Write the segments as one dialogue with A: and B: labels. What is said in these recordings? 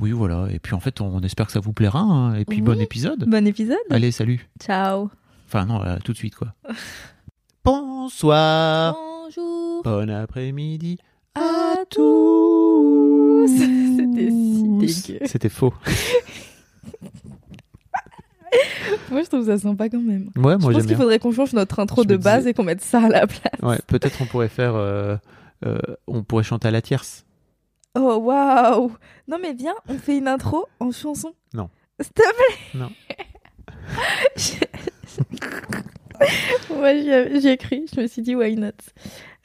A: Oui, voilà. Et puis en fait, on espère que ça vous plaira. hein. Et puis
B: Oui.
A: bon épisode.
B: Bon épisode.
A: Allez, salut.
B: Ciao.
A: Enfin non, euh, tout de suite quoi. Bonsoir.
B: Bonjour.
A: Bon après-midi. Ah.
B: À
A: tous.
B: C'était si dégueu.
A: C'était faux.
B: Moi, je trouve ça sympa quand même.
A: Ouais, moi
B: je pense
A: j'aime
B: qu'il
A: bien.
B: faudrait qu'on change notre intro
A: Je
B: de
A: me disais-
B: base et qu'on mette ça à la place.
A: Ouais, peut-être on pourrait faire. euh, euh, on pourrait chanter à la tierce.
B: Oh, waouh. Non, mais viens, on fait une intro en chanson.
A: Non.
B: S'il te plaît.
A: Non.
B: Moi, j'y av- j'y ai cru. Je me suis dit, why not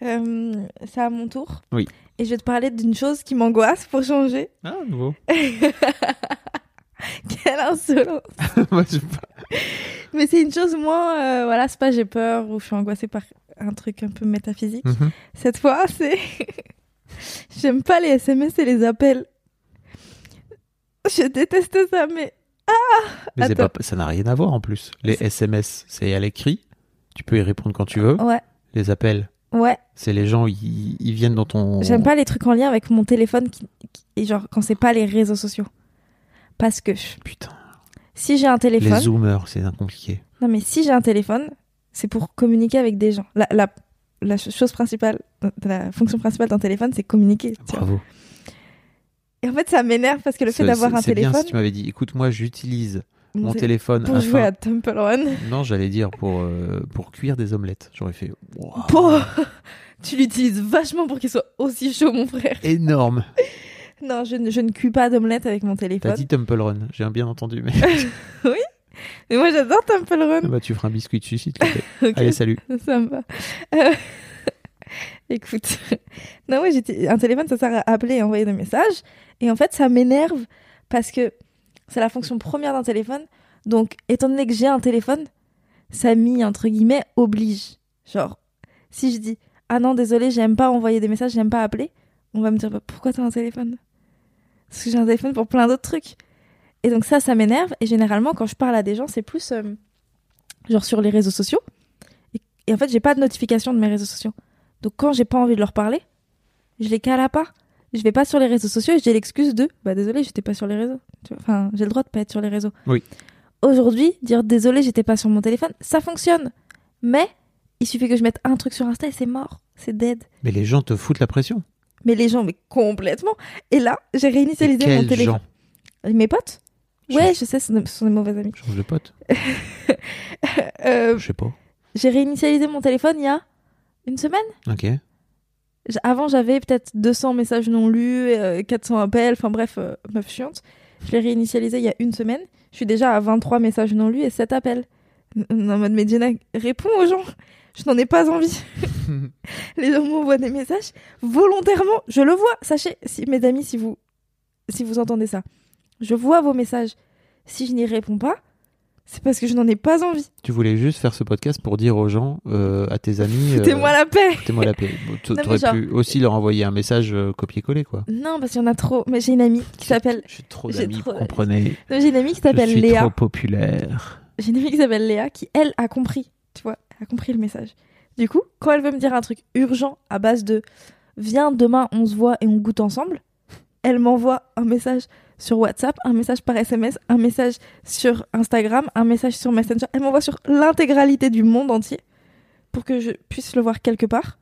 B: Euh, C'est à mon tour.
A: Oui.
B: Et je vais te parler d'une chose qui m'angoisse pour changer.
A: Ah, nouveau.
B: Quelle insolence Mais c'est une chose moins... euh, voilà, c'est pas j'ai peur ou je suis angoissée par un truc un peu métaphysique.
A: Mm.
B: Cette fois, c'est. J'aime pas les SMS et les appels. Je déteste ça, mais.
A: Mais c'est
B: Attends.
A: pas- ça n'a rien à voir en plus. Les SMS, c'est à l'écrit. Tu peux y répondre quand tu veux.
B: Ouais,
A: Les appels,
B: ouais.
A: c'est les gens, ils, ils viennent dans ton.
B: J'aime pas les trucs en lien avec mon téléphone, qui... qui- et genre quand c'est pas les réseaux sociaux. Parce que je-
A: Putain,
B: si j'ai un
A: les
B: téléphone.
A: zoomers, c'est compliqué.
B: Non, mais si j'ai un téléphone, c'est pour communiquer avec des gens. La, la, la ch- chose principale, la fonction principale d'un téléphone, c'est communiquer. tu vois.
A: Bravo.
B: Et en fait, ça m'énerve parce que le fait
A: C'est-
B: d'avoir
A: c'est-
B: un
A: C'est bien
B: téléphone.
A: si tu m'avais dit, écoute, moi j'utilise
B: Bon,
A: mon
B: c'est
A: téléphone
B: Pour
A: afin-
B: jouer à Temple Run.
A: Non, j'allais dire pour, euh, pour cuire des omelettes. J'aurais fait. Wow,
B: Pouah, tu l'utilises vachement pour qu'il soit aussi chaud, mon frère.
A: Énorme.
B: Non, je ne, je ne cuis pas d'omelette avec mon
A: T'as
B: téléphone.
A: dit Temple Run, j'ai bien entendu, mais
B: Mais moi, j'adore Temple Run.
A: bah, tu feras un biscuit de suicide. peut-être.
B: Ok,
A: Allez, salut.
B: ça me va. Euh, Écoute. Non, ouais, j'étais- un téléphone, ça sert à appeler et envoyer des messages. Et en fait, ça m'énerve parce que c'est la fonction première d'un téléphone. Donc, étant donné que j'ai un téléphone, ça m'y, entre guillemets, oblige. Genre, si je dis Ah non, désolé, j'aime pas envoyer des messages, j'aime pas appeler, on va me dire Bah, Pourquoi t'as un téléphone Parce que j'ai un téléphone pour plein d'autres trucs. Et donc, ça, ça m'énerve. Et généralement, quand je parle à des gens, c'est plus euh, genre sur les réseaux sociaux. Et, et en fait, j'ai pas de notification de mes réseaux sociaux. Donc, quand j'ai pas envie de leur parler, je les cale à part. Je vais pas sur les réseaux sociaux et j'ai l'excuse de Bah, désolé, j'étais pas sur les réseaux. Tu vois, Enfin, j'ai le droit de pas être sur les réseaux aujourd'hui, dire désolé, j'étais pas sur mon téléphone, ça fonctionne. Mais il suffit que je mette un truc sur Insta et c'est mort, c'est dead.
A: Mais les gens te foutent la pression.
B: Mais les gens, mais complètement. Et là, j'ai
A: Et
B: réinitialisé mon
A: quels
B: téléphone.
A: gens
B: Mes potes
A: Je-
B: Ouais, je sais, ce sont des- ce sont des mauvais amis.
A: Change de pote.
B: Euh,
A: Je sais pas.
B: j'ai réinitialisé mon téléphone il y a une semaine.
A: Ok.
B: J- Avant, j'avais peut-être 200 messages non lus, euh, 400 appels, enfin bref, euh, meuf chiante. Je l'ai réinitialisé il y a une semaine. Je suis déjà à 23 messages non lus et 7 appels. N- n- En mode, mais Jenna, réponds aux gens. Je n'en ai pas envie. Les gens m'envoient des messages volontairement. Je le vois. Sachez, si, mes amis, si vous, si vous entendez ça, je vois vos messages. Si je n'y réponds pas, c'est parce que je n'en ai pas envie.
A: Tu voulais juste faire ce podcast pour dire aux gens, euh, à tes amis. euh,
B: Foutez-moi la paix.
A: Foutez-moi la paix. Bon, t-
B: Non, mais
A: T'aurais
B: genre-
A: pu aussi leur envoyer un message euh, copier-coller, quoi.
B: Non, parce qu'il y en a trop. Mais j'ai une amie qui s'appelle.
A: Je suis trop
B: J'ai
A: d'amis,
B: trop-
A: vous comprenez.
B: Non, J'ai une amie qui
A: Je
B: s'appelle
A: suis
B: Léa.
A: trop populaire.
B: J'ai une amie qui s'appelle Léa qui, elle, a compris, tu vois, elle a compris le message. Du coup, quand elle veut me dire un truc urgent à base de viens demain, on se voit et on goûte ensemble, elle m'envoie un message sur WhatsApp, un message par SMS, un message sur Instagram, un message sur Messenger. Elle m'envoie sur l'intégralité du monde entier pour que je puisse le voir quelque part.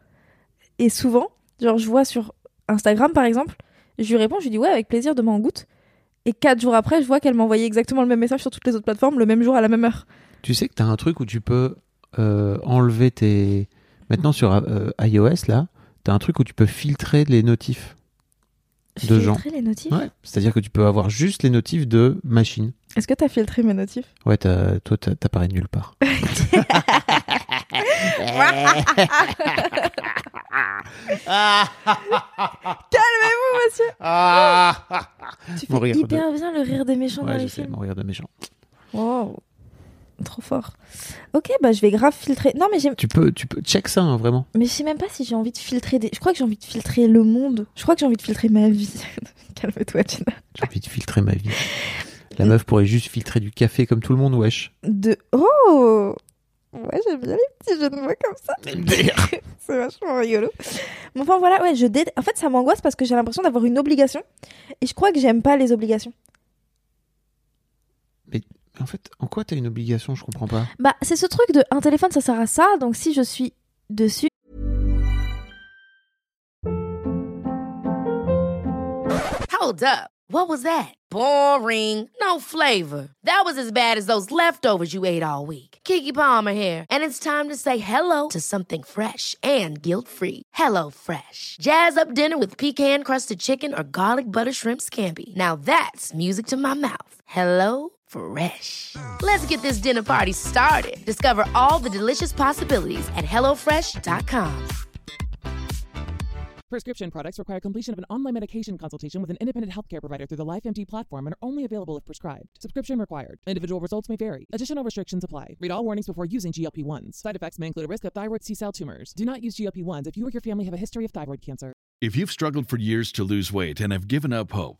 B: Et souvent, genre, je vois sur Instagram par exemple, je lui réponds, je lui dis ouais, avec plaisir, demain on goûte. Et quatre jours après, je vois qu'elle m'a envoyé exactement le même message sur toutes les autres plateformes, le même jour à la même heure.
A: Tu sais que tu as un truc où tu peux euh, enlever tes. Maintenant sur euh, iOS, là, tu as un truc où tu peux filtrer les notifs. De gens.
B: Filtrer les notifs
A: Ouais. C'est-à-dire que tu peux avoir juste les notifs de machine.
B: Est-ce que t'as filtré mes notifs
A: Ouais, t'as- toi, t'as- t'apparais nulle part.
B: Calmez-vous, monsieur Tu
A: Mon
B: fais
A: rire de-
B: hyper bien le rire des méchants dans
A: Ouais, je
B: les
A: sais,
B: films.
A: mon rire de méchant.
B: Wow. Trop fort. Ok, bah je vais grave filtrer. Non, mais j'ai.
A: Tu peux, tu peux, check ça, hein, vraiment.
B: Mais je sais même pas si j'ai envie de filtrer des. Je crois que j'ai envie de filtrer le monde. Je crois que j'ai envie de filtrer ma vie. Calme-toi, Gina.
A: J'ai envie de filtrer ma vie. La meuf pourrait juste filtrer du café comme tout le monde, wesh.
B: De. Oh Ouais, j'aime bien les petits jeux de mots comme ça. C'est vachement rigolo. Mais enfin, voilà, ouais, je dé... En fait, ça m'angoisse parce que j'ai l'impression d'avoir une obligation. Et je crois que j'aime pas les obligations.
A: En fait, en quoi t'as une obligation Je comprends pas.
B: Bah, c'est ce truc de. Un téléphone, ça sert à ça. Donc si je suis dessus.
C: Hold up. What was that? Boring. No flavor. That was as bad as those leftovers you ate all week. Kiki Palmer here, and it's time to say hello to something fresh and guilt-free. Hello Fresh. Jazz up dinner with pecan-crusted chicken or garlic butter shrimp scampi. Now that's music to my mouth. Hello Fresh. Let's get this dinner party started. Discover all the delicious possibilities at hellofresh.com.
D: Prescription products require completion of an online medication consultation with an independent healthcare provider through the LifeMD platform and are only available if prescribed. Subscription required. Individual results may vary. Additional restrictions apply. Read all warnings before using GLP-1s. Side effects may include a risk of thyroid C-cell tumors. Do not use GLP-1s if you or your family have a history of thyroid cancer.
E: If you've struggled for years to lose weight and have given up hope,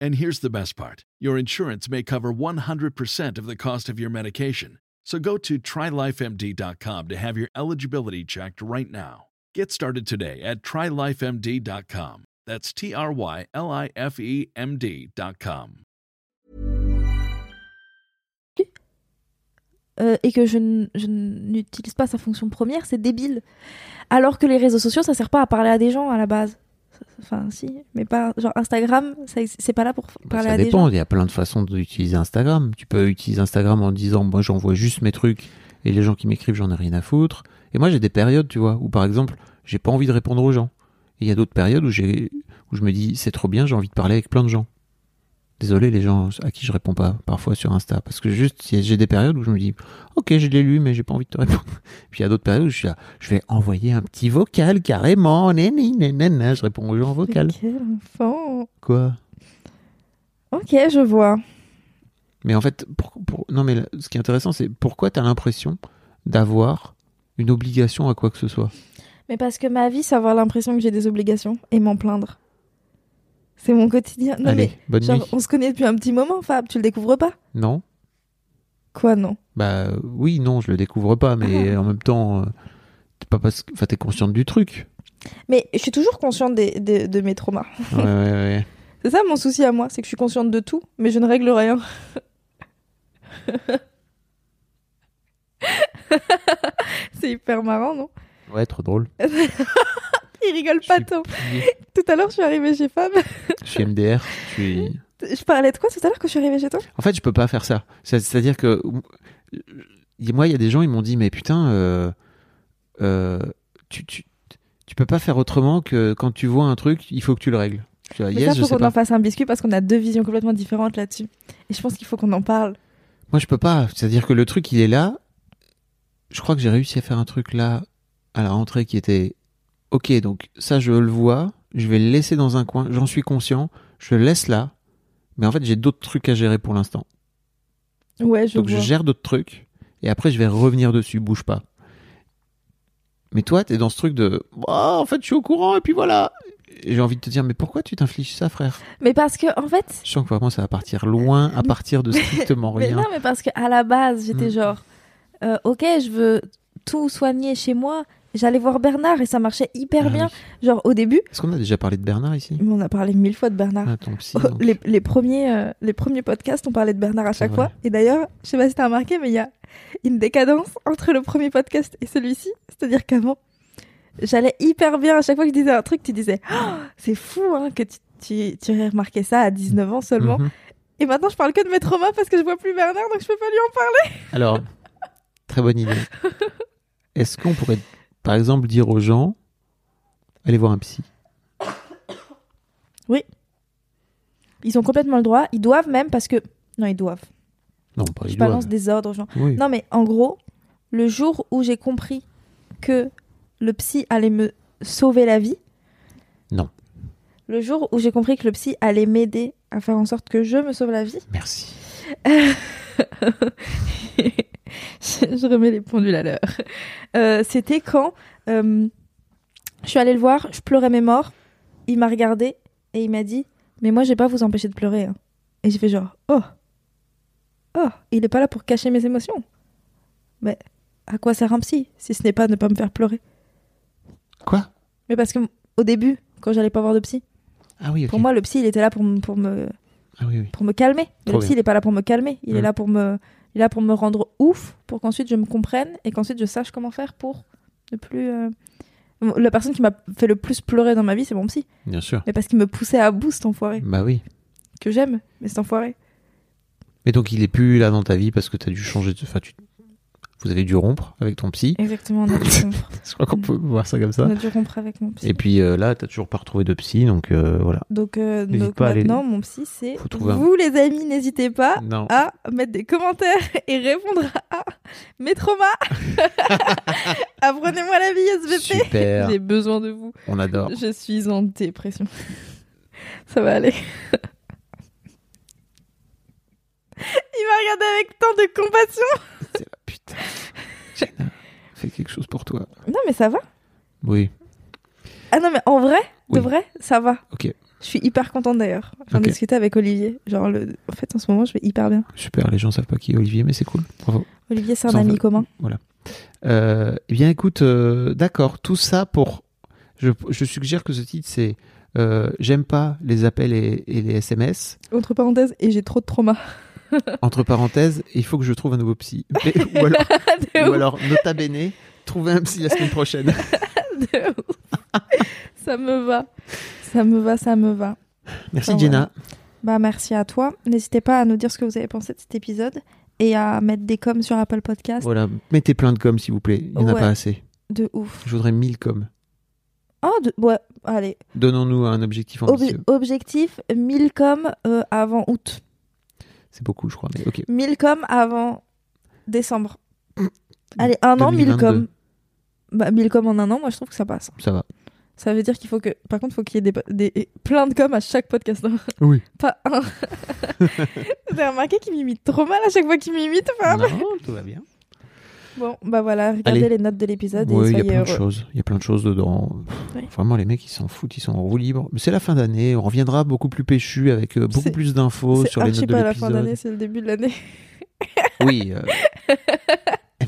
E: And here's the best part your insurance may cover 100% of the cost of your medication. So go to trylifemd.com to have your eligibility checked right now. Get started today at trylifemd.com. That's T R Y L I F E M D.com.
B: euh, et que je n- je n'utilise pas sa fonction première, c'est débile. Alors que les réseaux sociaux, ça sert pas à parler à des gens à la base. Enfin, si, mais pas. Genre Instagram, ça ex- c'est pas là pour f-
A: Bah,
B: parler
A: ça
B: à des
A: dépend,
B: gens.
A: il y a plein de façons d'utiliser Instagram. Tu peux utiliser Instagram en disant moi j'envoie juste mes trucs et les gens qui m'écrivent j'en ai rien à foutre. Et moi j'ai des périodes, tu vois, où par exemple j'ai pas envie de répondre aux gens. Et il y a d'autres périodes où, j'ai- où je me dis c'est trop bien, j'ai envie de parler avec plein de gens. Désolé les gens à qui je réponds pas parfois sur Insta. Parce que juste y a- j'ai des périodes où je me dis ok je l'ai lu mais j'ai pas envie de te répondre. Puis il y a d'autres périodes où je suis là, je vais envoyer un petit vocal carrément. Néni, nénana, je réponds aux gens en vocal.
B: Mais Quel enfant
A: Quoi
B: Ok, je vois.
A: Mais en fait, pour- pour- non, mais là, ce qui est intéressant, c'est pourquoi tu as l'impression d'avoir une obligation à quoi que ce soit.
B: Mais parce que ma vie, c'est avoir l'impression que j'ai des obligations et m'en plaindre. C'est mon quotidien. Non,
A: Allez, bonne
B: mais genre,
A: nuit.
B: on se connaît depuis un petit moment, Fab, tu le découvres pas
A: Non
B: Quoi, non
A: Bah euh, oui, non, je le découvre pas, mais
B: Ah.
A: en même temps, euh, t'es pas parce que. Enfin, t'es consciente du truc.
B: Mais je suis toujours consciente des, des- de mes traumas.
A: Ouais, ouais, ouais.
B: C'est ça mon souci à moi, c'est que je suis consciente de tout, mais je ne règle rien. c'est hyper marrant, non
A: Ouais, trop drôle.
B: Il rigole
A: Je
B: pas
A: suis
B: tant.
A: plié.
B: Tout à l'heure, je suis arrivée chez Fab.
A: Je suis MDR. Je suis.
B: Je parlais de quoi tout à l'heure quand je suis arrivée chez toi
A: En fait, je peux pas faire ça. C'est- C'est-à-dire que euh, moi, il y a des gens, ils m'ont dit, mais putain, euh, euh, tu, tu, tu peux pas faire autrement que quand tu vois un truc, il faut que tu le règles. Je suis là,
B: Mais
A: yes,
B: ça,
A: je
B: faut
A: sais
B: qu'on
A: pas.
B: en fasse un biscuit parce qu'on a deux visions complètement différentes là-dessus. Et je pense qu'il faut qu'on en parle.
A: Moi, je peux pas. C'est-à-dire que le truc, il est là. Je crois que j'ai réussi à faire un truc là, à la rentrée, qui était Ok, donc ça, je le vois. Je vais le laisser dans un coin. J'en suis conscient. Je le laisse là. Mais en fait, j'ai d'autres trucs à gérer pour l'instant.
B: Ouais, je
A: Donc,
B: vois.
A: je gère d'autres trucs. Et après, je vais revenir dessus. Bouge pas. Mais toi, t'es dans ce truc de Bah, en fait, je suis au courant. Et puis voilà. Et J'ai envie de te dire Mais pourquoi tu t'infliges ça, frère
B: Mais parce que, en fait,
A: Je sens que vraiment, ça va partir loin à partir de strictement
B: mais
A: rien.
B: non, mais parce que à la base, j'étais
A: Mm.
B: genre, euh, ok, je veux tout soigner chez moi. J'allais voir Bernard et ça marchait hyper
A: Ah
B: bien.
A: oui.
B: Genre au début,
A: Est-ce qu'on a déjà parlé de Bernard ici
B: mais on a parlé mille fois de Bernard.
A: Ah, ton psy,
B: Oh,
A: donc.
B: les, les premiers, euh, les premiers podcasts, on parlait de Bernard à
A: C'est
B: chaque
A: vrai.
B: fois. Et d'ailleurs, je sais pas si t'as remarqué, mais il y a une décadence entre le premier podcast et celui-ci. C'est-à-dire qu'avant, j'allais hyper bien. À chaque fois que je disais un truc, tu disais Ah, C'est fou hein, que tu, tu, tu aies remarqué ça à 19 ans seulement.
A: Mhm.
B: Et maintenant, je parle que de mes traumas parce que je vois plus Bernard, donc je peux pas lui en parler.
A: Alors, très bonne idée. Est-ce qu'on pourrait, par exemple, dire aux gens, allez voir un psy
B: Ils ont complètement le droit. Ils doivent même parce que. Non, ils doivent.
A: Non, pas
B: je
A: Oh, ils
B: balance
A: doivent.
B: des ordres aux gens.
A: Oui.
B: Non, mais en gros, le jour où j'ai compris que le psy allait me sauver la vie.
A: Non.
B: Le jour où j'ai compris que le psy allait m'aider à faire en sorte que je me sauve la vie.
A: Merci.
B: je, je remets les pendules à l'heure. Euh, C'était quand euh, je suis allée le voir, je pleurais mes morts. Il m'a regardé et il m'a dit Mais moi, je vais pas vous empêcher de pleurer. hein. Et j'ai fait genre Oh Oh Il est pas là pour cacher mes émotions. Mais à quoi sert un psy si ce n'est pas ne pas me faire pleurer
A: Quoi
B: Mais parce que au début, quand j'allais pas voir de psy,
A: Ah oui, ok.
B: pour moi, le psy, il était là pour, me- pour me
A: Ah oui, oui.
B: pour me calmer. Mais
A: Trop
B: le psy,
A: bien.
B: il est pas là pour me calmer. Il est
A: Mm.
B: là pour me, il est là pour me rendre ouf, pour qu'ensuite je me comprenne et qu'ensuite je sache comment faire pour ne plus. euh, La personne qui m'a fait le plus pleurer dans ma vie, c'est mon psy.
A: Bien sûr.
B: Mais parce qu'il me poussait à bout, cet enfoiré.
A: Bah oui.
B: Que j'aime, mais cet enfoiré.
A: Mais donc, il est plus là dans ta vie parce que tu as dû changer de. Enfin, tu... vous avez dû rompre avec ton psy.
B: Exactement, on a dû rompre,
A: Je crois qu'on peut voir ça comme
B: on
A: ça.
B: a dû rompre avec mon psy.
A: Et puis euh, là, t'as toujours pas retrouvé de psy, donc euh, voilà.
B: Donc, euh,
A: N'hésite
B: donc
A: pas à aller-
B: maintenant, mon psy, c'est.
A: Faut trouver un-
B: Vous, les amis, n'hésitez pas
A: Non.
B: à mettre des commentaires et répondre à mes traumas. Apprenez-moi la vie, SVP.
A: Super.
B: J'ai besoin de vous.
A: On adore.
B: Je suis en dépression. Ça va aller. Il m'a regardé avec tant de compassion.
A: C'est la putain. Jenna, fais quelque chose pour toi.
B: Non, mais ça va.
A: Oui.
B: Ah non, mais en vrai, de
A: Oui.
B: vrai, ça va.
A: Ok.
B: Je suis hyper contente d'ailleurs. J'en
A: Ok.
B: discutais avec Olivier. Genre, le... en fait, en ce moment, je vais hyper bien.
A: Super. Les gens savent pas qui est Olivier, mais c'est cool. Bravo.
B: Olivier, c'est un
A: Sans-
B: ami commun.
A: Voilà. Euh, eh bien, écoute, euh, d'accord, tout ça pour. Je, je suggère que ce titre, c'est euh, J'aime pas les appels et, et les SMS.
B: Entre parenthèses, et j'ai trop de trauma.
A: Entre parenthèses, il faut que je trouve un nouveau psy. Mais- ou, alors, ou alors, nota bene, trouver un psy la semaine prochaine.
B: De ouf. ça me va. Ça me va, ça me va.
A: Merci,
B: Enfin,
A: Jenna.
B: Bah merci à toi. N'hésitez pas à nous dire ce que vous avez pensé de cet épisode et à mettre des coms sur Apple Podcast.
A: Voilà, mettez plein de coms, s'il vous plaît. Il n'y en a
B: Ouais.
A: pas assez.
B: De ouf.
A: Je voudrais 1000 coms.
B: Oh, de- ouais, allez.
A: Donnons-nous un objectif
B: Ob-
A: ambitieux.
B: objectif 1000 coms euh, avant août.
A: C'est beaucoup, je crois, mais ok.
B: 1000 coms avant décembre.
A: Mm.
B: Allez, un an, 1000
A: 2022.
B: coms. Bah 1000 coms en un an, moi je trouve que ça passe.
A: Ça va.
B: Ça veut dire qu'il faut que par contre, il faut qu'il y ait des, po- des plein de coms à chaque podcast. hein.
A: Oui.
B: Pas un. Vous avez remarqué qu'il m'imite trop mal à chaque fois qu'il m'imite ou pas
A: Non, tout va bien.
B: Bon, bah voilà, regardez
A: Allez.
B: les notes de l'épisode
A: Ouais,
B: et
A: il y a
B: soyez
A: plein de
B: heureux.
A: choses. Il y a plein de choses dedans. Pff,
B: Ouais.
A: Vraiment, les mecs, ils s'en foutent, ils sont en roue libre. Mais c'est la fin d'année, on reviendra beaucoup plus péchu avec euh, beaucoup
B: C'est-
A: plus d'infos
B: C'est
A: sur les
B: archi
A: notes de
B: pas la fin
A: l'épisode.
B: d'année, c'est le début de l'année.
A: Oui. euh,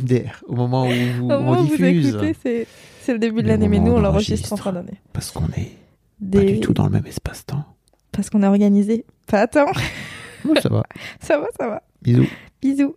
A: MDR, au moment où
B: Au
A: on
B: moment où vous
A: diffuse.
B: écoutez, c'est c'est le début de
A: Mais au
B: l'année, mais
A: moment
B: nous
A: où
B: on
A: on
B: l'enregistre en
A: enregistre.
B: fin d'année.
A: parce qu'on est
B: Des-
A: pas du tout dans le même espace-temps.
B: Parce qu'on est organisé. Pas attends,
A: Bon, ça va.
B: ça va, ça va.
A: Bisous.
B: Bisous.